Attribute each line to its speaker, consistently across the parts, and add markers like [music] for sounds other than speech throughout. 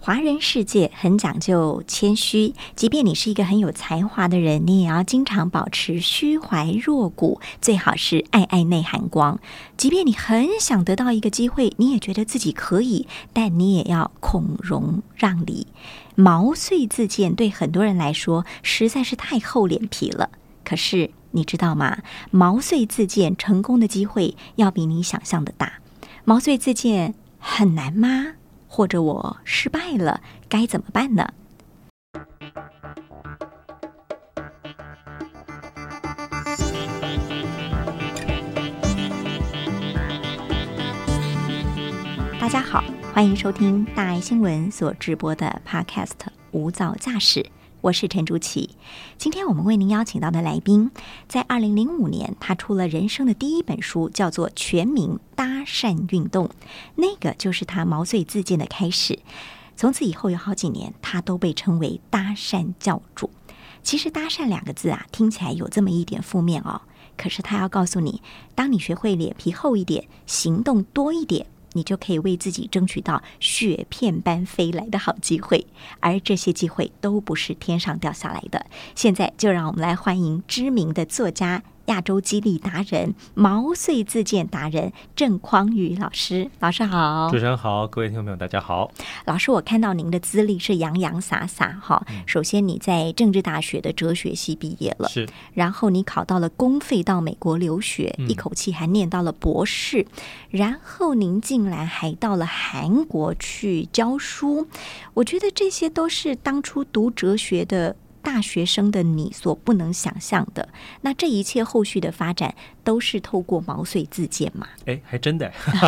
Speaker 1: 华人世界很讲究谦虚，即便你是一个很有才华的人，你也要经常保持虚怀若谷，最好是爱爱内涵光。即便你很想得到一个机会，你也觉得自己可以，但你也要孔融让梨。毛遂自荐对很多人来说实在是太厚脸皮了，可是你知道吗？毛遂自荐成功的机会要比你想象的大。毛遂自荐很难吗？或者我失败了该怎么办呢？大家好，欢迎收听大爱新闻所直播的 Podcast《无噪驾驶》。我是陈竹琪，今天我们为您邀请到的来宾，在二零零五年，他出了人生的第一本书，叫做《全民搭讪运动》，那个就是他毛遂自荐的开始。从此以后有好几年，他都被称为搭讪教主。其实“搭讪”两个字啊，听起来有这么一点负面哦，可是他要告诉你，当你学会脸皮厚一点，行动多一点。你就可以为自己争取到雪片般飞来的好机会，而这些机会都不是天上掉下来的。现在就让我们来欢迎知名的作家、亚洲激励达人、毛遂自荐达人郑匡宇老师。老师好，
Speaker 2: 主持人好，各位听众朋友大家好。
Speaker 1: 老师，我看到您的资历是洋洋洒洒哈。首先你在政治大学的哲学系毕业了，
Speaker 2: 嗯是
Speaker 1: 然后你考到了公费到美国留学，
Speaker 2: 嗯
Speaker 1: 一口气还念到了博士，然后您竟然还到了韩国去教书，我觉得这些都是当初读哲学的。大学生的你所不能想象的，那这一切后续的发展都是透过毛遂自荐嘛？
Speaker 2: 哎，还真的， [laughs]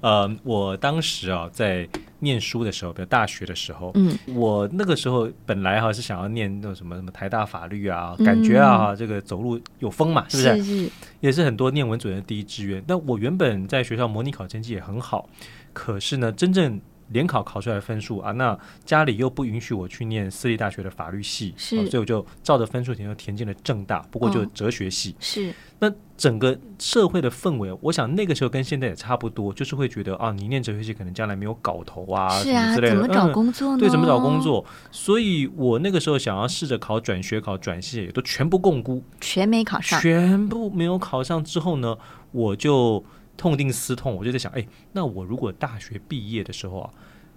Speaker 2: 呃，我当时啊在念书的时候，比如大学的时候，
Speaker 1: 嗯，
Speaker 2: 我那个时候本来哈、是想要念那种什么什么台大法律啊，感觉啊、这个走路有风嘛，是不是？
Speaker 1: 嗯是
Speaker 2: 也是很多念文主任的第一志愿。那我原本在学校模拟考成绩也很好，可是呢，真正联考考出来的分数啊，那家里又不允许我去念私立大学的法律系，
Speaker 1: 是
Speaker 2: 哦所以我就照着分数填，就填进了政大，不过就
Speaker 1: 哦
Speaker 2: 哲学系。
Speaker 1: 是，
Speaker 2: 那整个社会的氛围，我想那个时候跟现在也差不多，就是会觉得啊，你念哲学系可能将来没有搞头啊，
Speaker 1: 是
Speaker 2: 什么
Speaker 1: 啊，
Speaker 2: 之类的，
Speaker 1: 怎么找
Speaker 2: 嗯
Speaker 1: 工作呢？
Speaker 2: 对，怎么找工？作？所以我那个时候想要试着考转学、考转系，也都全部共估，
Speaker 1: 全没考上，
Speaker 2: 全部没有考上之后呢，我就痛定思痛，我就在想，哎，那我如果大学毕业的时候啊，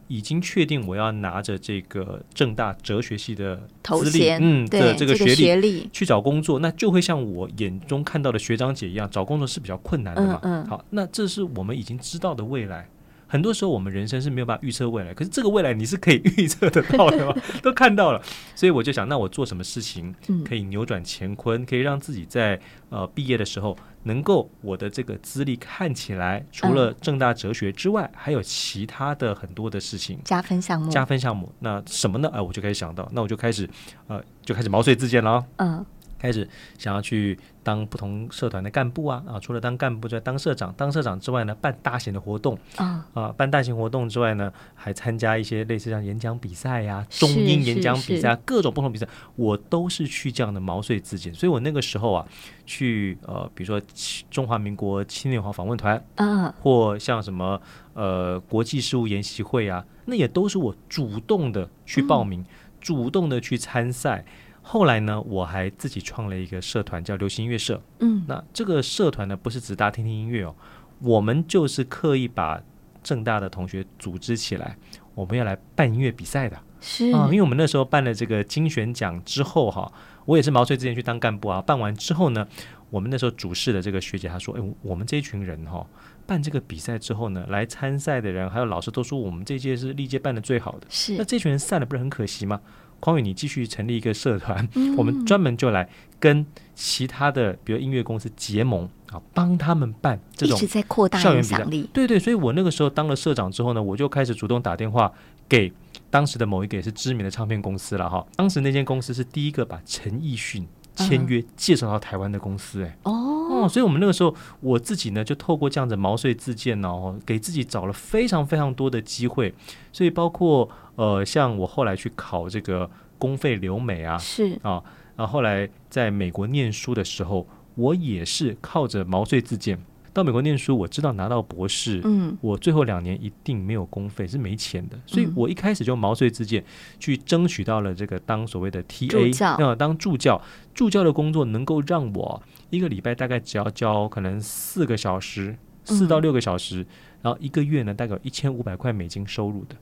Speaker 2: 已经确定我要拿着这个正大哲学系的
Speaker 1: 头
Speaker 2: 资历
Speaker 1: 衔，
Speaker 2: 嗯
Speaker 1: 对
Speaker 2: 的这个学历，
Speaker 1: 历，
Speaker 2: 去找工作，那就会像我眼中看到的学长姐一样，找工作是比较困难的嘛。
Speaker 1: 嗯嗯
Speaker 2: 好，那这是我们已经知道的未来。很多时候我们人生是没有办法预测未来，可是这个未来你是可以预测得到
Speaker 1: [laughs]
Speaker 2: 的嘛，都看到了。所以我就想，那我做什么事情
Speaker 1: 嗯
Speaker 2: 可以扭转乾坤，可以让自己在呃毕业的时候能够我的这个资历看起来，除了正大哲学之外，还有其他的很多的事情。
Speaker 1: 加分项目，
Speaker 2: 加分项目，那什么呢？哎、我就开始想到，那我就开始，呃，就开始毛遂自荐了啊。
Speaker 1: 嗯
Speaker 2: 开始想要去当不同社团的干部啊啊，除了当干部之外，当社长，当社长之外呢，办大型的活动
Speaker 1: 啊、
Speaker 2: 啊，办大型活动之外呢，还参加一些类似像演讲比赛呀、
Speaker 1: 是
Speaker 2: 中英演讲比赛、啊、各种不同比赛，我都是去这样的毛遂自荐，所以我那个时候啊，去呃，比如说青中华民国青年华访问团，
Speaker 1: 嗯，
Speaker 2: 或像什么呃国际事务研习会啊，那也都是我主动的去报名，主动的去参赛。后来呢，我还自己创了一个社团，叫流行音乐社。
Speaker 1: 嗯
Speaker 2: 那这个社团呢，不是只大家听听音乐哦，我们就是刻意把正大的同学组织起来，我们要来办音乐比赛的
Speaker 1: 是
Speaker 2: 啊、因为我们那时候办了这个金选奖之后哈、我也是毛遂自荐去当干部啊。办完之后呢，我们那时候主事的这个学姐她说：“哎，我们这一群人哈、办这个比赛之后呢，来参赛的人还有老师都说我们这届是历届办的最好的。那
Speaker 1: 是，
Speaker 2: 这群人散了，不是很可惜吗？匡宇，你继续成立一个社团，
Speaker 1: 嗯
Speaker 2: [laughs] 我们专门就来跟其他的，比如音乐公司结盟啊，帮他们办这
Speaker 1: 一
Speaker 2: 种
Speaker 1: 直在扩大
Speaker 2: 校园
Speaker 1: 影
Speaker 2: 比赛
Speaker 1: 响力，
Speaker 2: 对对，所以我那个时候当了社长之后呢，我就开始主动打电话给当时的某一个也是知名的唱片公司了哈。当时那间公司是第一个把陈奕迅签约介绍到台湾的公司、哎、
Speaker 1: 嗯哦，
Speaker 2: 哦，所以我们那个时候我自己呢，就透过这样子毛遂自荐哦，给自己找了非常非常多的机会，所以包括呃，像我后来去考这个公费留美啊，
Speaker 1: 是
Speaker 2: 啊，然后后来在美国念书的时候，我也是靠着毛遂自荐。到美国念书，我知道拿到博士，
Speaker 1: 嗯
Speaker 2: 我最后两年一定没有公费，是没钱的，所以
Speaker 1: 嗯
Speaker 2: 我一开始就毛遂自荐，去争取到了这个当所谓的
Speaker 1: 助
Speaker 2: TA，
Speaker 1: 教
Speaker 2: 那当助教，助教的工作能够让我一个礼拜大概只要教可能四个小时，四到
Speaker 1: 嗯
Speaker 2: 六个小时，然后一个月呢大概有一千五百块美金收入的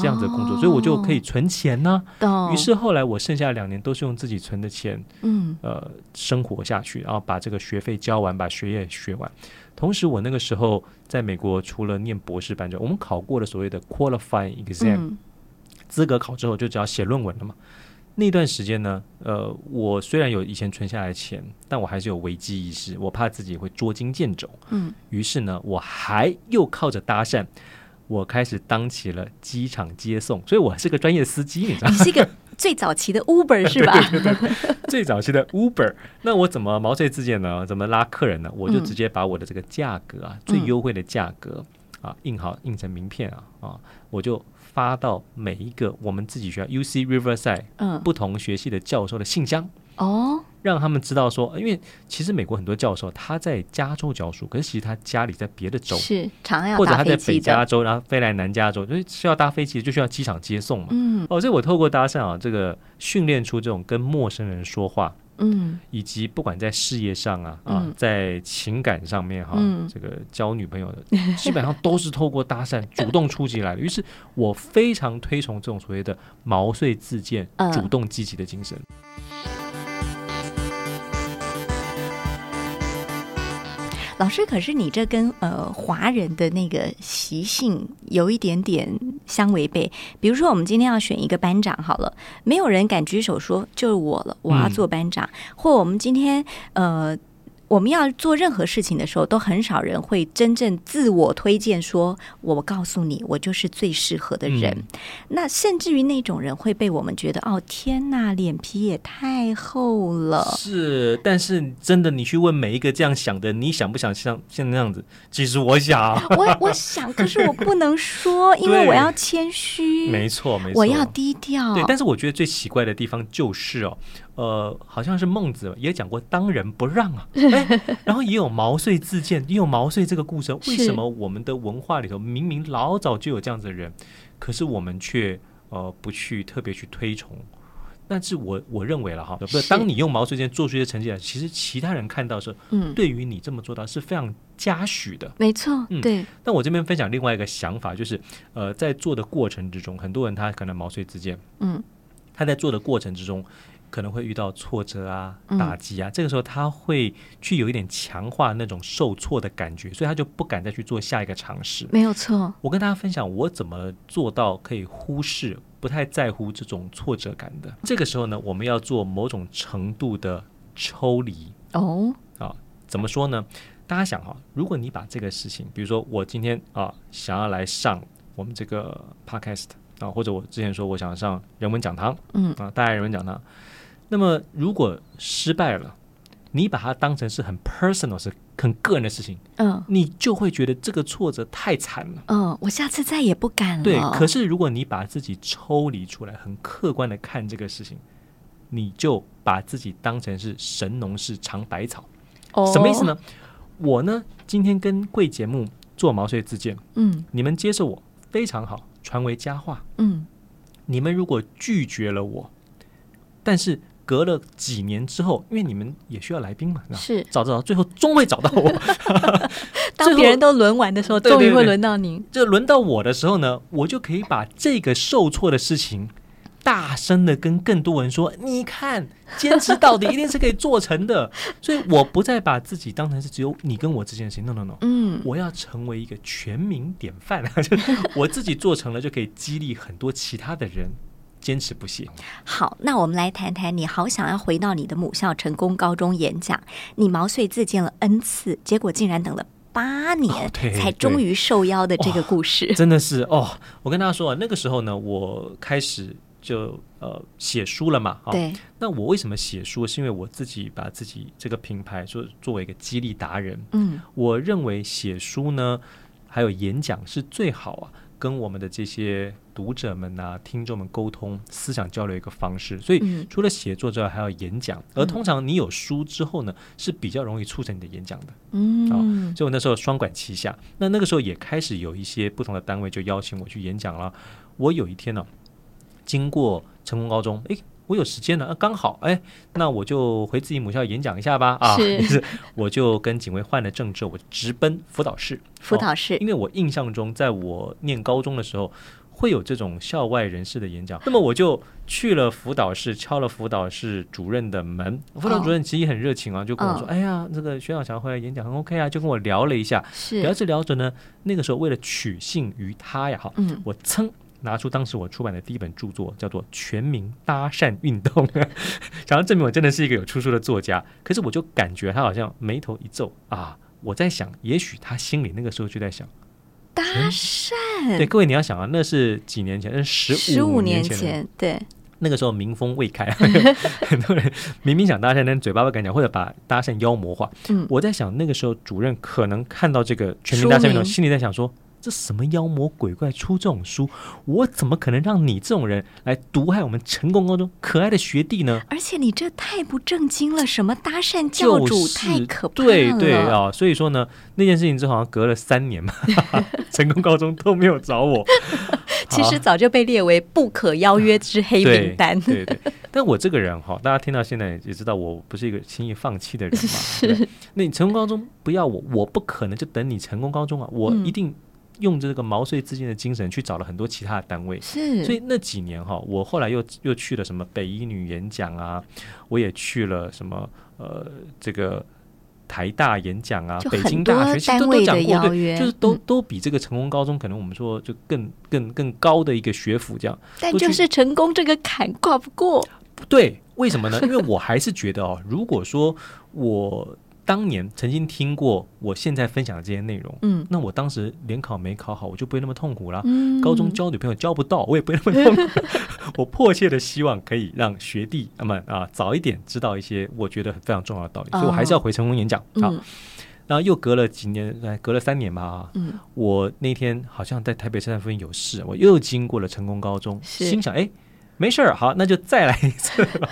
Speaker 2: 这样子的工
Speaker 1: 哦
Speaker 2: 作，所以我就可以存钱呢、
Speaker 1: 懂。
Speaker 2: 于，是后来我剩下两年都是用自己存的钱，
Speaker 1: 嗯
Speaker 2: 呃生活下去，然后把这个学费交完，把学业学完。同时，我那个时候在美国，除了念博士班之外，我们考过了所谓的 qualifying exam、
Speaker 1: 嗯
Speaker 2: 资格考之后，就只要写论文了嘛。那段时间呢，呃，我虽然有以前存下来的钱，但我还是有危机意识，我怕自己会捉襟见肘。
Speaker 1: 嗯，
Speaker 2: 于是呢，我还又靠着搭讪，我开始当起了机场接送，所以我是个专业司机，你知道吗
Speaker 1: 你是一个最早期的
Speaker 2: [laughs]
Speaker 1: Uber 是吧？
Speaker 2: 最早期的 Uber，那我怎么毛遂自荐呢？怎么拉客人呢？我就
Speaker 1: 嗯
Speaker 2: 直接把我的这个价格啊，最优惠的价格啊，印好印成名片啊啊，我就发到每一个我们自己学校 UC Riverside
Speaker 1: 嗯，
Speaker 2: 不同学系的教授的信箱，
Speaker 1: 哦，
Speaker 2: 让他们知道说，呃因为其实美国很多教授他在加州教书，可是其实他家里在别的州，
Speaker 1: 是常要
Speaker 2: 或者
Speaker 1: 打
Speaker 2: 他在
Speaker 1: 飞
Speaker 2: 北
Speaker 1: 机
Speaker 2: 加
Speaker 1: 的，
Speaker 2: 州，然后飞来南加州，就是需要搭飞机就需要机场接送嘛。
Speaker 1: 嗯
Speaker 2: 哦，所以我透过搭讪啊，这个训练出这种跟陌生人说话。
Speaker 1: 嗯
Speaker 2: 以及不管在事业上啊啊，
Speaker 1: 嗯
Speaker 2: 在情感上面哈、
Speaker 1: 嗯
Speaker 2: 这个交女朋友的，基本上都是透过搭讪主动出击来的。于是我非常推崇这种所谓的毛遂自荐、
Speaker 1: 嗯
Speaker 2: 主动积极的精神。
Speaker 1: 老师，可是你这跟呃华人的那个习性有一点点相违背。比如说，我们今天要选一个班长好了，没有人敢举手说就是我了，我要
Speaker 2: 嗯
Speaker 1: 做班长。或我们今天呃，我们要做任何事情的时候，都很少人会真正自我推荐说，我告诉你，我就是最适合的人。
Speaker 2: 嗯
Speaker 1: 那甚至于那种人会被我们觉得，哦天呐，脸皮也太厚了。
Speaker 2: 是，但是真的，你去问每一个这样想的，你想不想像像那样子？其实我想，
Speaker 1: 我我想，可是我不能
Speaker 2: [laughs]
Speaker 1: 说，因为我要谦虚。
Speaker 2: 没错，没错，
Speaker 1: 我要低调。
Speaker 2: 对，但是我觉得最奇怪的地方就是哦，呃，好像是孟子也讲过“当仁不让”啊，哎，然后也有毛遂自荐，也有毛遂这个故事。哦为
Speaker 1: 是
Speaker 2: 什么我们的文化里头明明老早就有这样子的人，可是我们却呃不去特别去推崇？但是我我认为了哈，不是
Speaker 1: 是
Speaker 2: 当你用毛遂自荐做出一些成绩来，其实其他人看到的时候，
Speaker 1: 嗯，
Speaker 2: 对于你这么做到是非常嘉许的。
Speaker 1: 没错，
Speaker 2: 嗯
Speaker 1: 对，
Speaker 2: 那我这边分享另外一个想法，就是呃，在做的过程之中，很多人他可能毛遂自荐，
Speaker 1: 嗯，
Speaker 2: 他在做的过程之中可能会遇到挫折啊、
Speaker 1: 嗯
Speaker 2: 打击啊，这个时候他会去有一点强化那种受挫的感觉，所以他就不敢再去做下一个尝试。
Speaker 1: 没有错。
Speaker 2: 我跟大家分享我怎么做到可以忽视、不太在乎这种挫折感的。这个时候呢，我们要做某种程度的抽离。
Speaker 1: 哦，
Speaker 2: 怎么说呢？大家想哈、如果你把这个事情，比如说我今天啊想要来上我们这个 podcast 啊，或者我之前说我想上人文讲堂，
Speaker 1: 嗯
Speaker 2: 啊，大爱人文讲堂，那么如果失败了，你把它当成是很 personal 是很个人的事情，
Speaker 1: 嗯
Speaker 2: 你就会觉得这个挫折太惨了。
Speaker 1: 嗯，我下次再也不敢了。
Speaker 2: 对，可是如果你把自己抽离出来，很客观的看这个事情，你就把自己当成是神农氏尝百草。
Speaker 1: 哦
Speaker 2: 什么意思？呢？我呢，今天跟贵节目做毛遂自荐，
Speaker 1: 嗯
Speaker 2: 你们接受我非常好，传为佳话。
Speaker 1: 嗯，
Speaker 2: 你们如果拒绝了我，但是隔了几年之后，因为你们也需要来宾嘛，是吧
Speaker 1: 是。
Speaker 2: 找找找，最后终会找到 [laughs] 我。
Speaker 1: 当别人都轮完的时候，
Speaker 2: 对对
Speaker 1: 终
Speaker 2: 对
Speaker 1: 于会轮到您。
Speaker 2: 就轮到我的时候呢，我就可以把这个受挫的事情。大声的跟更多人说：“你看，坚持到底一定是可以做成的。”所以，我不再把自己当成是只有你跟我之间的事情。No No No，
Speaker 1: 嗯，
Speaker 2: 我要成为一个全民典范，啊 [laughs] 就是我自己做成了，就可以激励很多其他的人坚持不懈。
Speaker 1: 好，那我们来谈谈，你好想要回到你的母校成功高中演讲，你毛遂自荐了 N 次，结果竟然等了八年
Speaker 2: 哦对
Speaker 1: 才终于受邀的这个故事。
Speaker 2: 真的是哦，我跟大家说啊，那个时候呢，我开始就呃写书了嘛，啊、
Speaker 1: 对，
Speaker 2: 那我为什么写书？是因为我自己把自己这个品牌做作为一个激励达人，
Speaker 1: 嗯
Speaker 2: 我认为写书呢，还有演讲是最好啊，跟我们的这些读者们啊、听众们沟通、思想交流一个方式。所以
Speaker 1: 嗯
Speaker 2: 除了写作之外，还要演讲。而通常你有书之后呢，是比较容易促成你的演讲的。
Speaker 1: 嗯，
Speaker 2: 所以我那时候双管齐下，那那个时候也开始有一些不同的单位就邀请我去演讲了。我有一天呢、经过成功高中，诶，我有时间了，啊刚好，诶，那我就回自己母校演讲一下吧。啊，
Speaker 1: 是
Speaker 2: 于我 [laughs] 就跟警卫换了政治，我直奔辅导室。
Speaker 1: 辅
Speaker 2: 哦
Speaker 1: 导室
Speaker 2: 因为我印象中，在我念高中的时候。会有这种校外人士的演讲，那么我就去了辅导室，敲了辅导室主任的门。辅导主任其实也很热情啊，就跟我说：“哎呀，这个薛小强回来演讲很 OK 啊。”就跟我聊了一下，聊
Speaker 1: 是，
Speaker 2: 着聊着呢，那个时候为了取信于他呀，哈，
Speaker 1: 嗯，
Speaker 2: 我噌拿出当时我出版的第一本著作，叫做《全民搭讪运动》， [laughs] 想要证明我真的是一个有出书的作家。可是我就感觉他好像眉头一皱啊，我在想，也许他心里那个时候就在想，
Speaker 1: 搭
Speaker 2: 哎
Speaker 1: 讪
Speaker 2: 对各位你要想啊，那是几年前，那是十
Speaker 1: 嗯五
Speaker 2: 五
Speaker 1: 年
Speaker 2: 前的
Speaker 1: 前，对，
Speaker 2: 那个时候民风未开， [laughs] 很多人明明想搭讪，但嘴巴不敢讲，或者把搭讪妖魔化。
Speaker 1: 嗯
Speaker 2: 我在想，那个时候主任可能看到这个全民搭讪
Speaker 1: 书
Speaker 2: 运
Speaker 1: 名
Speaker 2: 动，心里在想说。这什么妖魔鬼怪出这种书？我怎么可能让你这种人来毒害我们成功高中可爱的学弟呢？
Speaker 1: 而且你这太不正经了，什么搭讪教
Speaker 2: 就
Speaker 1: 主
Speaker 2: 是
Speaker 1: 太可怕了，
Speaker 2: 对对啊、所以说呢，那件事情之后好像隔了三年嘛， [laughs] 成功高中都没有找我。
Speaker 1: [laughs] 其
Speaker 2: 好
Speaker 1: 实早就被列为不可邀约之黑
Speaker 2: 啊对
Speaker 1: 名 [laughs] 单。
Speaker 2: 对对，但我这个人哈，大家听到现在也知道，我不是一个轻易放弃
Speaker 1: [laughs]
Speaker 2: 的人嘛。对那你成功高中不要我，我不可能就等你成功高中啊，我
Speaker 1: 嗯
Speaker 2: 一定用着这个毛遂自荐的精神去找了很多其他的单位。
Speaker 1: 是，
Speaker 2: 所以那几年哈，我后来又又去了什么北医女演讲啊，我也去了什么呃这个台大演讲啊
Speaker 1: 就，
Speaker 2: 北
Speaker 1: 很
Speaker 2: 京大
Speaker 1: 多
Speaker 2: 学其实
Speaker 1: 单
Speaker 2: 都
Speaker 1: 位
Speaker 2: 都讲
Speaker 1: 的
Speaker 2: 过，
Speaker 1: 邀
Speaker 2: 对，
Speaker 1: 约
Speaker 2: 就是都
Speaker 1: 嗯
Speaker 2: 都比这个成功高中可能我们说就更更更高的一个学府这样。
Speaker 1: 但
Speaker 2: 过去
Speaker 1: 就是成功这个坎跨不
Speaker 2: [laughs]
Speaker 1: 过。
Speaker 2: 不对，为什么呢？因为我还是觉得哦， [laughs] 如果说我当年曾经听过我现在分享的这些内容，
Speaker 1: 嗯
Speaker 2: 那我当时联考没考好，我就不会那么痛苦啦。
Speaker 1: 嗯，
Speaker 2: 高中交女朋友交不到，我也不会那么痛苦。
Speaker 1: [laughs]
Speaker 2: [laughs] 我迫切的希望可以让学弟啊们啊早一点知道一些我觉得非常重要的道理，所以我还是要回成功演讲啊。
Speaker 1: 哦嗯
Speaker 2: 然后又隔了几年，哎隔了三年吧啊，
Speaker 1: 嗯
Speaker 2: 我那天好像在台北车站附近有事，我又经过了成功高中，
Speaker 1: 是
Speaker 2: 心想哎。没事儿，好，那就再来一次
Speaker 1: [laughs]
Speaker 2: 吧。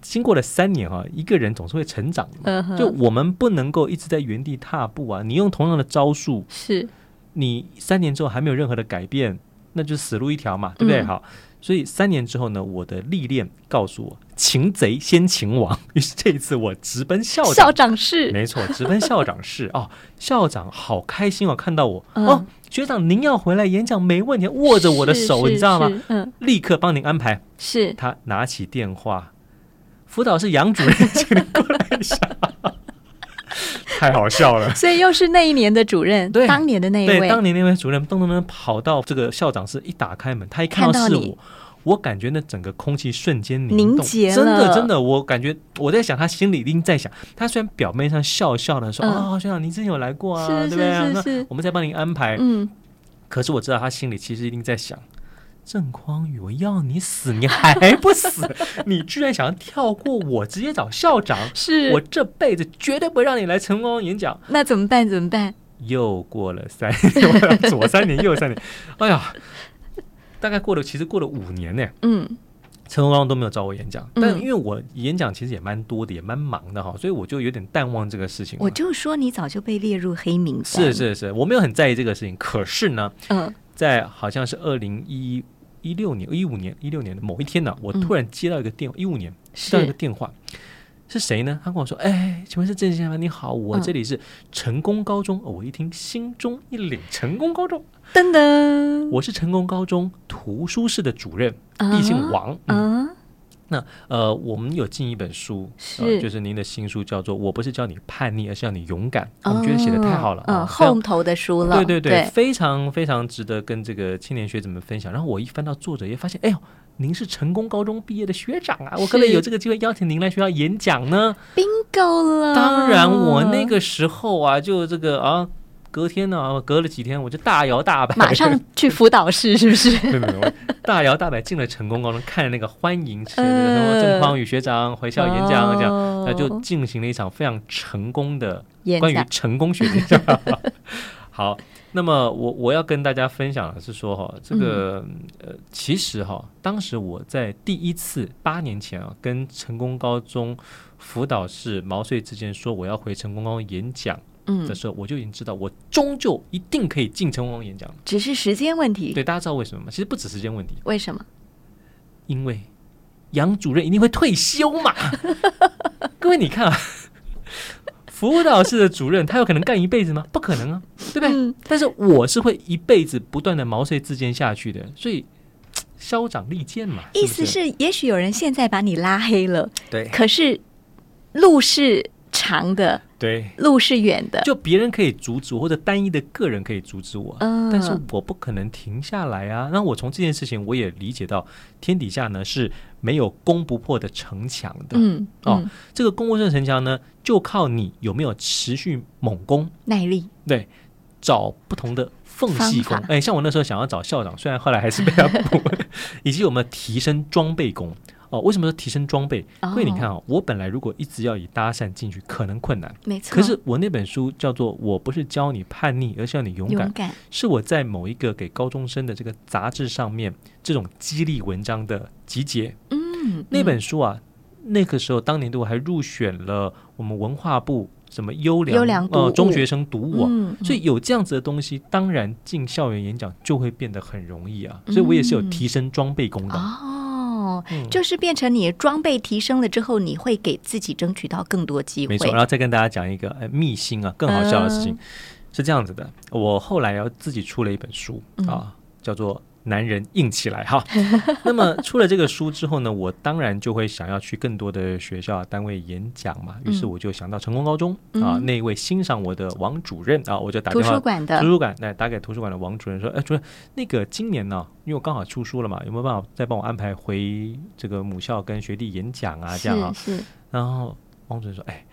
Speaker 2: 经过了三年啊，一个人总是会成长的嘛。
Speaker 1: 嗯哼，
Speaker 2: 就我们不能够一直在原地踏步啊！你用同样的招数，
Speaker 1: 是
Speaker 2: 你三年之后还没有任何的改变，那就死路一条嘛，对不对？
Speaker 1: 嗯
Speaker 2: 好，所以三年之后呢，我的历练告诉我，擒贼先擒王。于是这一次我直奔校长
Speaker 1: 校长室，
Speaker 2: 没错，直奔校长室哦，校长好开心哦，看到我、
Speaker 1: 嗯
Speaker 2: 哦，学长您要回来演讲没问题，握着我的
Speaker 1: 是
Speaker 2: 手，
Speaker 1: 是
Speaker 2: 你知道吗？
Speaker 1: 是嗯，
Speaker 2: 立刻帮您安排。
Speaker 1: 是
Speaker 2: 他拿起电话，辅导室杨主任，请您过来一下， [laughs] 太好笑 [laughs] 了。
Speaker 1: 所以又是那一年的主任，
Speaker 2: 对
Speaker 1: 当年的那一
Speaker 2: 对，
Speaker 1: 位，
Speaker 2: 当年那位主任咚咚咚跑到这个校长室，一打开门，他一看
Speaker 1: 看到
Speaker 2: 到是
Speaker 1: 你
Speaker 2: 我，我感觉那整个空气瞬间
Speaker 1: 凝
Speaker 2: 冻，
Speaker 1: 结
Speaker 2: 真
Speaker 1: 了
Speaker 2: 的真的，我感觉我在想，他心里一定在想，他虽然表面上笑笑的说：“
Speaker 1: 嗯
Speaker 2: 哦，学长，您真有来过啊，
Speaker 1: 是
Speaker 2: 对不对啊
Speaker 1: 是？”是
Speaker 2: 那
Speaker 1: 是，
Speaker 2: 我们再帮您安排。
Speaker 1: 嗯，
Speaker 2: 可是我知道他心里其实一定在想。郑匡宇，我要你死，你还不死？你居然想要跳过我，直接找校长？我
Speaker 1: [laughs] 是，
Speaker 2: 这辈子绝对不会让你来成功演讲。
Speaker 1: 那怎么办？怎么办？
Speaker 2: 又过了三 [laughs] 年，左三年右三年， [laughs] 哎呀，大概过了，其实过了五年呢。
Speaker 1: 嗯，
Speaker 2: 陈光都没有找我演讲，
Speaker 1: 嗯
Speaker 2: 但因为我演讲其实也蛮多的，也蛮忙的哈，所以我就有点淡忘这个事情了。
Speaker 1: 我就说你早就被列入黑名单，
Speaker 2: 是，是是，我没有很在意这个事情。可是呢，
Speaker 1: 嗯，
Speaker 2: 在好像是二零一一六年、一五年、一六年的某一天呢，我突然接到一个电，一五年接到一个
Speaker 1: 是，
Speaker 2: 电话，是谁呢？他跟我说：“哎，请问是郑先生吗？你好，我
Speaker 1: 嗯
Speaker 2: 这里是成功高中。哦”我一听，心中一凛，成功高中。
Speaker 1: 噔噔，
Speaker 2: 我是成功高中图书室的主任，毕姓
Speaker 1: 啊
Speaker 2: 王。嗯，
Speaker 1: 啊，
Speaker 2: 呃，我们有进一本书，
Speaker 1: 是
Speaker 2: 呃，就是您的新书，叫做《我不是叫你叛逆，而是要你勇敢》。我们觉得写的太好了，
Speaker 1: 哦嗯，
Speaker 2: 啊非常
Speaker 1: 后头的书了，
Speaker 2: 对对
Speaker 1: 对，
Speaker 2: 非常非常值得跟这个青年学子们分享。然后我一翻到作者页，发现，哎呦，您是成功高中毕业的学长啊，我可不可
Speaker 1: 是
Speaker 2: 以有这个机会邀请您来学校演讲呢？
Speaker 1: bingo 了。
Speaker 2: 当然，我那个时候啊，就这个啊，隔天呢、啊，隔了几天，我就大摇大摆，
Speaker 1: 马
Speaker 2: [laughs]
Speaker 1: 上去辅导室，是不是？
Speaker 2: 没有没有，我大摇大摆进了成功高中，看那个欢迎谁，
Speaker 1: 呃
Speaker 2: 什么郑匡宇学长回校演讲，这样，
Speaker 1: 哦
Speaker 2: 那就进行了一场非常成功的
Speaker 1: 演
Speaker 2: 关于
Speaker 1: 讲
Speaker 2: [laughs] 成功学的演讲。好，那么我我要跟大家分享的是说哈，这个、
Speaker 1: 嗯
Speaker 2: 呃，其实哈，当时我在第一次八年前啊，跟成功高中辅导室毛遂之前说我要回成功高中演讲的
Speaker 1: 嗯，
Speaker 2: 时候，我就已经知道我终究一定可以进成功高中演讲了。
Speaker 1: 只是时间问题。
Speaker 2: 对，大家知道为什么吗？其实不止时间问题，
Speaker 1: 为什么？
Speaker 2: 因为杨主任一定会退休嘛。 [laughs] 各位，你看啊，辅导室的主任他有可能干一辈子吗？不可能啊，对不对？
Speaker 1: 嗯
Speaker 2: 但是我是会一辈子不断的毛遂自荐下去的，所以嘖消长利剑嘛。
Speaker 1: 意思
Speaker 2: 不是
Speaker 1: 是，也许有人现在把你拉黑了，
Speaker 2: 对
Speaker 1: 可是路是长的，
Speaker 2: 对，
Speaker 1: 路是远的。
Speaker 2: 就别人可以阻止我，或者单一的个人可以阻止我，
Speaker 1: 嗯
Speaker 2: 但是我不可能停下来啊。那我从这件事情我也理解到，天底下呢是没有攻不破的城墙的。
Speaker 1: 嗯
Speaker 2: 哦
Speaker 1: 嗯，
Speaker 2: 这个攻不破的城墙呢，就靠你有没有持续猛攻。
Speaker 1: 耐力
Speaker 2: 对，找不同的缝隙工
Speaker 1: 方。法
Speaker 2: 哎，像我那时候想要找校长，虽然后来还是被他
Speaker 1: [laughs]
Speaker 2: 捕，以及我们提升装备工。哦，为什么说提升装备？
Speaker 1: 哦
Speaker 2: 因为你看啊、我本来如果一直要以搭讪进去，可能困难。
Speaker 1: 没错。
Speaker 2: 可是我那本书叫做《我不是教你叛逆，而是要你勇敢》
Speaker 1: 勇，敢，
Speaker 2: 是我在某一个给高中生的这个杂志上面这种激励文章的集结。
Speaker 1: 嗯，
Speaker 2: 那本
Speaker 1: 嗯
Speaker 2: 书啊，那个时候当年度还入选了我们文化部什么优良
Speaker 1: 优良读
Speaker 2: 呃
Speaker 1: 物
Speaker 2: 中学生读物啊，
Speaker 1: 嗯
Speaker 2: 所以有这样子的东西，当然进校园演讲就会变得很容易啊。所以我也是有提升装备功
Speaker 1: 嗯
Speaker 2: 能。
Speaker 1: 哦，
Speaker 2: 嗯
Speaker 1: 就是变成你装备提升了之后，你会给自己争取到更多机会。
Speaker 2: 没错，然后再跟大家讲一个呃秘辛啊，更好笑的事情、
Speaker 1: 嗯
Speaker 2: 是这样子的：我后来要自己出了一本书、
Speaker 1: 嗯
Speaker 2: 啊，叫做《男人硬起来》哈。 [laughs] 那么出了这个书之后呢，我当然就会想要去更多的学校啊单位演讲嘛，于是
Speaker 1: 嗯
Speaker 2: 我就想到成功高中、啊
Speaker 1: 嗯
Speaker 2: 那一位欣赏我的王主任啊，我就打
Speaker 1: 图
Speaker 2: 电话
Speaker 1: 书馆的
Speaker 2: 图书馆，哎那打给图书馆的王主任说：“哎，主任，那个今年呢、因为我刚好出书了嘛，有没有办法再帮我安排回这个母校跟学弟演讲啊？这样啊
Speaker 1: 是是，？”
Speaker 2: 然后王主任说：“哎，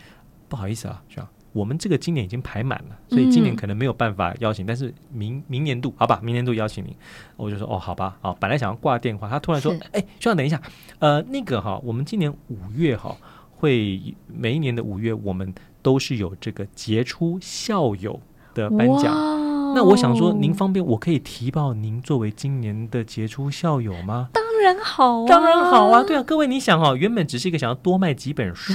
Speaker 2: 不好意思啊，这样我们这个今年已经排满了，所以今
Speaker 1: 嗯
Speaker 2: 年可能没有办法邀请，但是明明年度好吧，明年度邀请您。”我就说：“哦，好吧，啊，本来想要挂电话，他突然说
Speaker 1: 是：‘
Speaker 2: 哎，学长，等一下，呃，那个哈，我们今年五月哈。”会每一年的五月，我们都是有这个杰出校友的呃颁奖，
Speaker 1: 哇哦
Speaker 2: 那我想说，您方便我可以提报您作为今年的杰出校友吗？
Speaker 1: 当然好、啊，
Speaker 2: 当然好啊，对啊，各位，你想哦，原本只是一个想要多卖几本
Speaker 1: [laughs]
Speaker 2: 书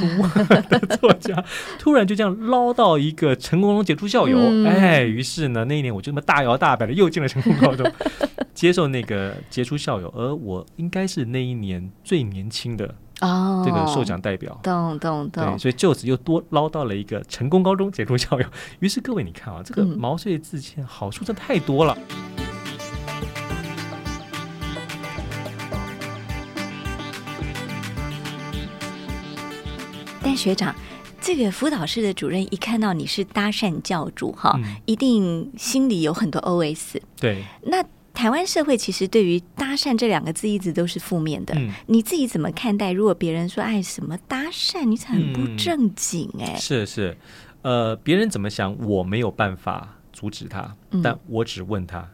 Speaker 2: 的作家，突然就这样捞到一个成功中杰出校友，
Speaker 1: 嗯
Speaker 2: 哎，于是呢，那一年我就这么大摇大摆的又进了成功高中， [laughs] 接受那个杰出校友，而我应该是那一年最年轻的
Speaker 1: 哦，
Speaker 2: 这个受奖代表。
Speaker 1: 懂懂
Speaker 2: 对，
Speaker 1: 懂，
Speaker 2: 所以就此又多捞到了一个成功高中杰出校友。于是各位，你看啊，这个
Speaker 1: 嗯
Speaker 2: 毛遂自荐好处真的太多了。
Speaker 1: 但学长。这个辅导室的主任一看到你是搭讪教主哈，
Speaker 2: 嗯
Speaker 1: 一定心里有很多 OS。
Speaker 2: 对，
Speaker 1: 那台湾社会其实对于搭讪这两个字一直都是负面的，
Speaker 2: 嗯，
Speaker 1: 你自己怎么看待？如果别人说哎什么搭讪，你很不
Speaker 2: 嗯
Speaker 1: 正经哎、
Speaker 2: 是是，呃，别人怎么想，我没有办法阻止他，
Speaker 1: 嗯
Speaker 2: 但我只问他。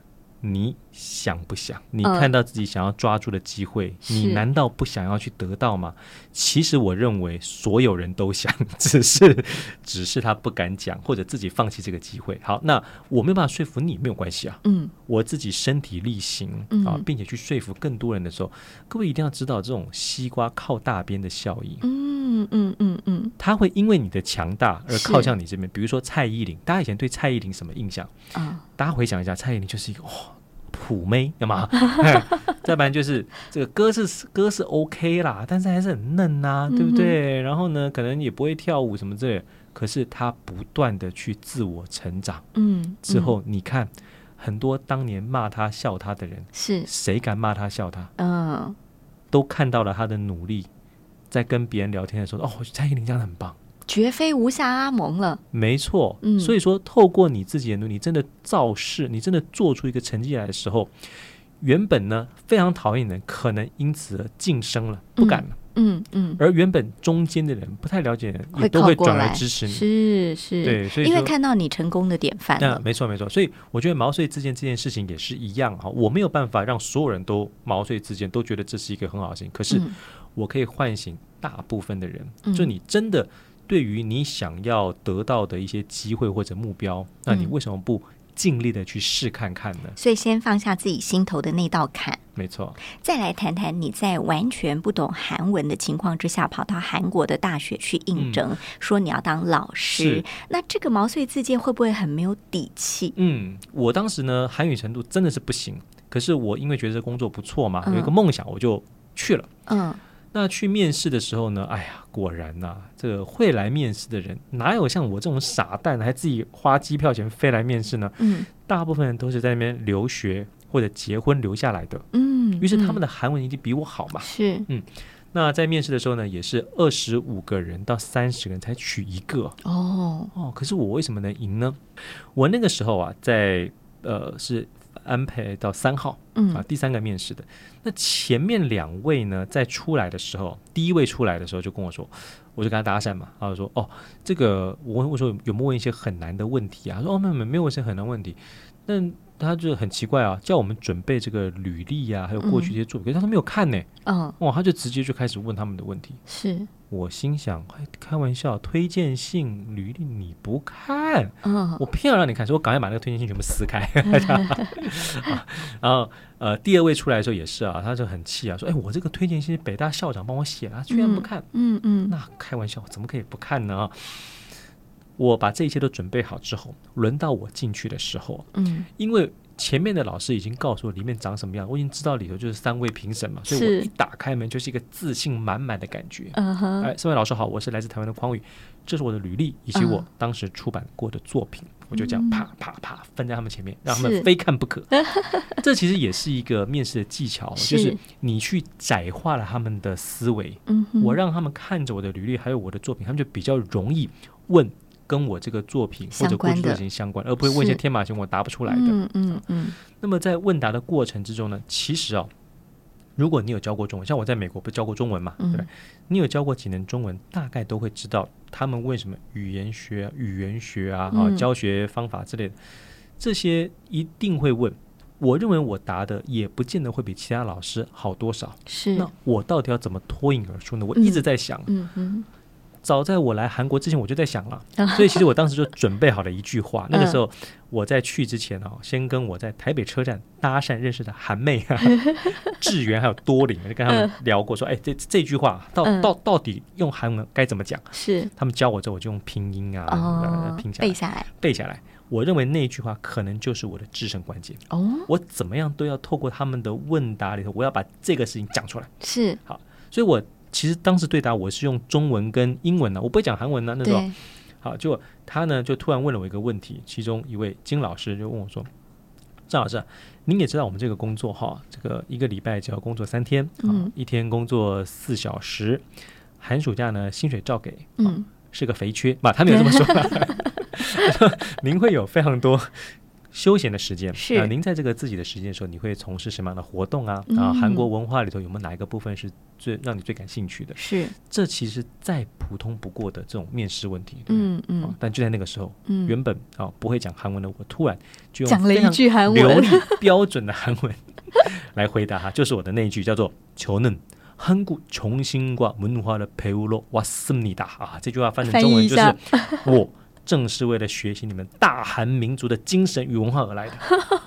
Speaker 2: 你想不想？你
Speaker 1: 嗯
Speaker 2: 看到自己想要抓住的机会，你
Speaker 1: 是
Speaker 2: 难道不想要去得到吗？其实我认为所有人都想，只是 [laughs] 只是他不敢讲，或者自己放弃这个机会。好，那我没有办法说服你，没有关系啊。
Speaker 1: 嗯，
Speaker 2: 我自己身体力行啊
Speaker 1: 嗯，
Speaker 2: 并且去说服更多人的时候，各位一定要知道这种西瓜靠大边的效应。
Speaker 1: 嗯嗯嗯嗯，
Speaker 2: 他会因为你的强大而
Speaker 1: 是
Speaker 2: 靠向你这边。比如说蔡依林，大家以前对蔡依林什么印象？
Speaker 1: 啊、
Speaker 2: 大家回想一下，蔡依林就是一个哇、普妹，干
Speaker 1: [laughs]
Speaker 2: 嘛？哎再不然就是这个歌是歌是 OK 啦，但是还是很嫩呐、
Speaker 1: 嗯
Speaker 2: 对不对？然后呢，可能也不会跳舞什么之类的，可是她不断的去自我成长
Speaker 1: 嗯，
Speaker 2: 之
Speaker 1: 嗯
Speaker 2: 后，你看很多当年骂她笑她的人，
Speaker 1: 嗯是
Speaker 2: 谁敢骂她笑她？
Speaker 1: 嗯
Speaker 2: 都看到了她的努力，在跟别人聊天的时候，哦，蔡依林这样很棒。
Speaker 1: 绝非无暇阿蒙了，
Speaker 2: 没错，
Speaker 1: 嗯
Speaker 2: 所以说透过你自己的努力，真的造势，你真的做出一个成绩来的时候，原本呢非常讨厌的人，可能因此而晋升了，不敢了；
Speaker 1: 嗯嗯，
Speaker 2: 而原本中间的人不太了解的人，也都
Speaker 1: 靠
Speaker 2: 会
Speaker 1: 过
Speaker 2: 转
Speaker 1: 来
Speaker 2: 而支持你。
Speaker 1: 是是，
Speaker 2: 对所以
Speaker 1: 因为
Speaker 2: 说
Speaker 1: 看到你成功的典范
Speaker 2: 那
Speaker 1: 了，
Speaker 2: 没错没错，所以我觉得毛遂自荐这件事情也是一样哈，啊我没有办法让所有人都毛遂自荐，都觉得这是一个很好的事情，可是
Speaker 1: 嗯
Speaker 2: 我可以唤醒大部分的人，
Speaker 1: 嗯
Speaker 2: 就你真
Speaker 1: 嗯
Speaker 2: 的对于你想要得到的一些机会或者目标，那你为什么不尽力的去试看看呢？
Speaker 1: 所以先放下自己心头的那道坎，
Speaker 2: 没错，
Speaker 1: 再来谈谈你在完全不懂韩文的情况之下，跑到韩国的大学去应征，说你要当老师
Speaker 2: 嗯是，
Speaker 1: 那这个毛遂自荐会不会很没有底气？
Speaker 2: 嗯，我当时呢韩语程度真的是不行，可是我因为觉得这工作不错嘛，
Speaker 1: 嗯
Speaker 2: 有一个梦想，我就去了。
Speaker 1: 嗯，
Speaker 2: 那去面试的时候呢，哎呀，果然呐、这个会来面试的人，哪有像我这种傻蛋还自己花机票钱飞来面试呢？
Speaker 1: 嗯
Speaker 2: 大部分人都是在那边留学或者结婚留下来的，
Speaker 1: 嗯，
Speaker 2: 于是他们
Speaker 1: 的
Speaker 2: 的韩文一定比我好嘛。
Speaker 1: 是
Speaker 2: 那在面试的时候呢，也是二十五个人到三十个人才取一个
Speaker 1: 哦，
Speaker 2: 哦。可是我为什么能赢呢？我那个时候啊，在呃是安排到三号啊
Speaker 1: 嗯，
Speaker 2: 第三个面试的。那前面两位呢，在出来的时候，第一位出来的时候就跟我说，我就跟他搭讪嘛，他就说哦，这个我问我说有有没有问一些很难的问题啊？他说哦没有没有没有问一些很难问题，那他就很奇怪啊，叫我们准备这个履历啊，还有过去这些作品，可是他都没有看呢、
Speaker 1: 嗯，
Speaker 2: 哇，他就直接就开始问他们的问题。
Speaker 1: 是，
Speaker 2: 我心想，哎开玩笑，推荐信、履历你不看，
Speaker 1: 嗯
Speaker 2: 我偏要让你看，所以我赶快把那个推荐信全部撕开。 [laughs] 啊然后呃，第二位出来的时候也是啊，他就很气啊，说：“哎，我这个推荐信是北大校长帮我写的，他居然不看。
Speaker 1: 嗯嗯，
Speaker 2: 那开玩笑，怎么可以不看呢？啊我把这一切都准备好之后，轮到我进去的时候，
Speaker 1: 嗯
Speaker 2: 因为前面的老师已经告诉我里面长什么样，我已经知道里头就是三位评审嘛，所以我
Speaker 1: 是
Speaker 2: 一打开门就是一个自信满满的感觉。
Speaker 1: 嗯哼，
Speaker 2: 哎，三位老师好，我是来自台湾的匡宇，这是我的履历以及我
Speaker 1: 嗯
Speaker 2: 当时出版过的作品，我就这样啪啪啪分在他们前面，让
Speaker 1: 是
Speaker 2: 他们非看
Speaker 1: [laughs]
Speaker 2: 不可。这其实也是一个面试的技巧，
Speaker 1: 是
Speaker 2: 哦就是你去窄化了他们的思维，
Speaker 1: 嗯哼，
Speaker 2: 我让他们看着我的履历还有我的作品，他们就比较容易问跟我这个作品或者
Speaker 1: 相
Speaker 2: 过
Speaker 1: 关
Speaker 2: 去
Speaker 1: 的
Speaker 2: 的事情相关，而不会问一些
Speaker 1: 是
Speaker 2: 天马行空我答不出来的。
Speaker 1: 嗯嗯嗯，
Speaker 2: 那么在问答的过程之中呢，其实啊、如果你有教过中文，像我在美国不是教过中文嘛，
Speaker 1: 嗯
Speaker 2: 对吧？你有教过几年中文，大概都会知道他们为什么语言学、语言学啊、啊
Speaker 1: 嗯
Speaker 2: 教学方法之类的，这些一定会问。我认为我答的也不见得会比其他老师好多少。
Speaker 1: 是，
Speaker 2: 那我到底要怎么脱颖而出呢？我
Speaker 1: 嗯
Speaker 2: 一直在想，
Speaker 1: 嗯哼，
Speaker 2: 早在我来韩国之前我就在想了，
Speaker 1: 啊
Speaker 2: 所以其实我当时就准备好了一句
Speaker 1: [laughs]
Speaker 2: 话。那个时候我在去之前哦，先跟我在台北车站搭讪认识的韩妹
Speaker 1: [laughs]
Speaker 2: 啊、志源还有多林，就跟他们聊过说，哎，这这句话到
Speaker 1: 嗯
Speaker 2: 到到底用韩文该怎么讲？
Speaker 1: 是，
Speaker 2: 他们教我之后，我就用拼音啊、呃
Speaker 1: 哦，
Speaker 2: 拼下来
Speaker 1: 背下来，
Speaker 2: 背下来。我认为那一句话可能就是我的制胜关键。
Speaker 1: 哦，
Speaker 2: 我怎么样都要透过他们的问答里头，我要把这个事情讲出来。
Speaker 1: 是，
Speaker 2: 所以我其实当时对答我是用中文跟英文啊呢、我不会讲韩文呢、那时候
Speaker 1: 对，
Speaker 2: 好，就他呢就突然问了我一个问题，其中一位金老师就问我说：“张老师啊，您也知道我们这个工作哈，这个一个礼拜只要工作三天，啊、
Speaker 1: 嗯
Speaker 2: 一天工作四小时，寒暑假呢薪水照给，啊、
Speaker 1: 嗯，
Speaker 2: 是个肥缺啊吧？”他没有这么
Speaker 1: [laughs]
Speaker 2: 说，他说您会有非常多。休闲的时间
Speaker 1: 是
Speaker 2: 啊、您在这个自己的时间的时候，你会从事什么样的活动啊？啊，
Speaker 1: 嗯
Speaker 2: 韩国文化里头有没有哪一个部分是最让你最感兴趣的？
Speaker 1: 是，
Speaker 2: 这其实再普通不过的这种面试问题。对不对
Speaker 1: 嗯
Speaker 2: 啊
Speaker 1: 嗯
Speaker 2: 但就在那个时候，
Speaker 1: 嗯，
Speaker 2: 原本啊、不会讲韩文的我，突然就用
Speaker 1: 讲了
Speaker 2: 非
Speaker 1: 一
Speaker 2: 常
Speaker 1: 句韩
Speaker 2: 流
Speaker 1: 文
Speaker 2: 利，标准的韩文来回答他，就是我的那一句叫做“求嫩”。韩国重新挂文化的培育了哇斯密达啊！这句话翻成中文就
Speaker 1: 翻
Speaker 2: 是我正是为了学习你们大韩民族的精神与文化而来
Speaker 1: [laughs]
Speaker 2: 的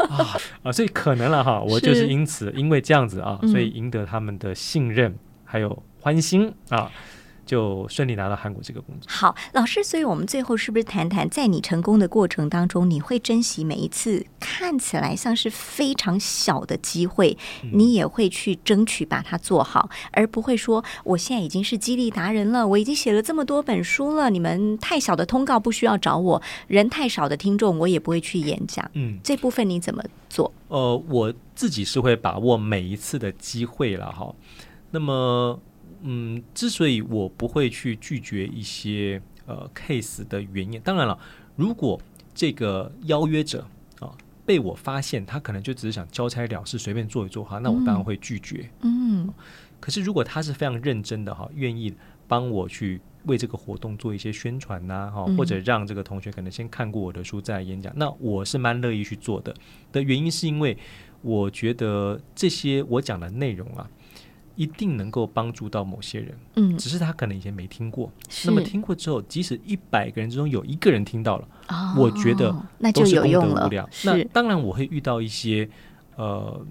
Speaker 2: 啊啊！所以可能了哈，我就是
Speaker 1: 是
Speaker 2: 因此因为这样子啊，
Speaker 1: 嗯
Speaker 2: 所以赢得他们的信任还有欢心啊，就顺利拿到韩国这个工作。
Speaker 1: 好，老师，所以我们最后是不是谈谈，在你成功的过程当中，你会珍惜每一次看起来像是非常小的机会，
Speaker 2: 嗯
Speaker 1: 你也会去争取把它做好，而不会说我现在已经是激励达人了，我已经写了这么多本书了，你们太小的通告不需要找我，人太少的听众我也不会去演讲。
Speaker 2: 嗯，
Speaker 1: 这部分你怎么做？
Speaker 2: 呃，我自己是会把握每一次的机会了哈。那么，嗯，之所以我不会去拒绝一些呃 case 的原因，当然了，如果这个邀约者啊被我发现他可能就只是想交差了事，随便做一做哈，那我当然会拒绝。
Speaker 1: 嗯
Speaker 2: 可是如果他是非常认真的哈，愿意帮我去为这个活动做一些宣传呐、哈、
Speaker 1: 嗯
Speaker 2: 或者让这个同学可能先看过我的书再来演讲，那我是蛮乐意去做的。的原因是因为我觉得这些我讲的内容啊，一定能够帮助到某些人，
Speaker 1: 嗯，
Speaker 2: 只是他可能以前没听过。
Speaker 1: 是
Speaker 2: 那么听过之后，即使一百个人之中有一个人听到了，
Speaker 1: 哦
Speaker 2: 我觉得
Speaker 1: 那就
Speaker 2: 都是
Speaker 1: 有
Speaker 2: 功
Speaker 1: 用
Speaker 2: 德
Speaker 1: 了
Speaker 2: 无量。。那
Speaker 1: 是
Speaker 2: 当然，我会遇到一些呃，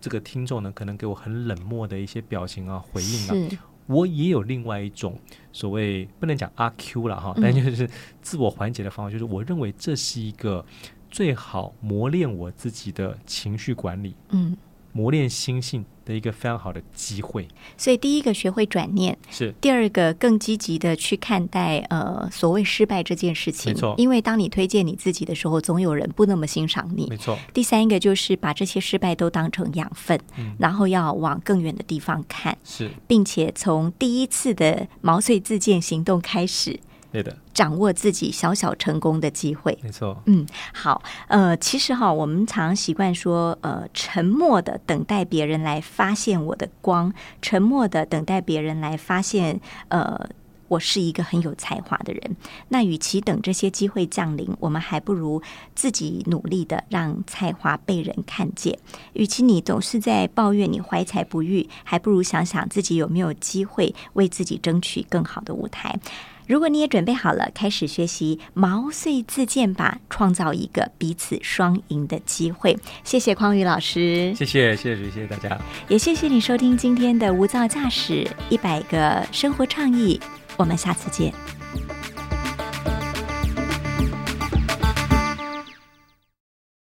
Speaker 2: 这个听众呢，可能给我很冷漠的一些表情啊、回应啊。
Speaker 1: 是
Speaker 2: 我也有另外一种所谓不能讲阿 Q 了哈，
Speaker 1: 嗯
Speaker 2: 但就是自我缓解的方法，就是我认为这是一个最好磨练我自己的情绪管理、
Speaker 1: 嗯，
Speaker 2: 磨练心性的一个非常好的机会。
Speaker 1: 所以第一个学会转念，
Speaker 2: 是
Speaker 1: 第二个更积极的去看待呃所谓失败这件事情。
Speaker 2: 没错
Speaker 1: 因为当你推荐你自己的时候，总有人不那么欣赏你
Speaker 2: 没。错，
Speaker 1: 第三个就是把这些失败都当成养分，
Speaker 2: 嗯
Speaker 1: 然后要往更远的地方看，
Speaker 2: 是
Speaker 1: 并且从第一次的毛遂自荐行动开始，
Speaker 2: 对的，
Speaker 1: 掌握自己小小成功的机会。
Speaker 2: 没错，
Speaker 1: 嗯，好，呃，其实哈，我们常习惯说，呃，沉默的等待别人来发现我的光，沉默的等待别人来发现，呃，我是一个很有才华的人。那与其等这些机会降临，我们还不如自己努力的让才华被人看见。与其你总是在抱怨你怀才不遇，还不如想想自己有没有机会为自己争取更好的舞台。如果你也准备好了，开始学习毛遂自荐吧，创造一个彼此双赢的机会。谢谢匡宇老师，
Speaker 2: 谢谢，谢谢，谢谢大家，
Speaker 1: 也谢谢你收听今天的无噪驾驶一百个生活倡议，我们下次见。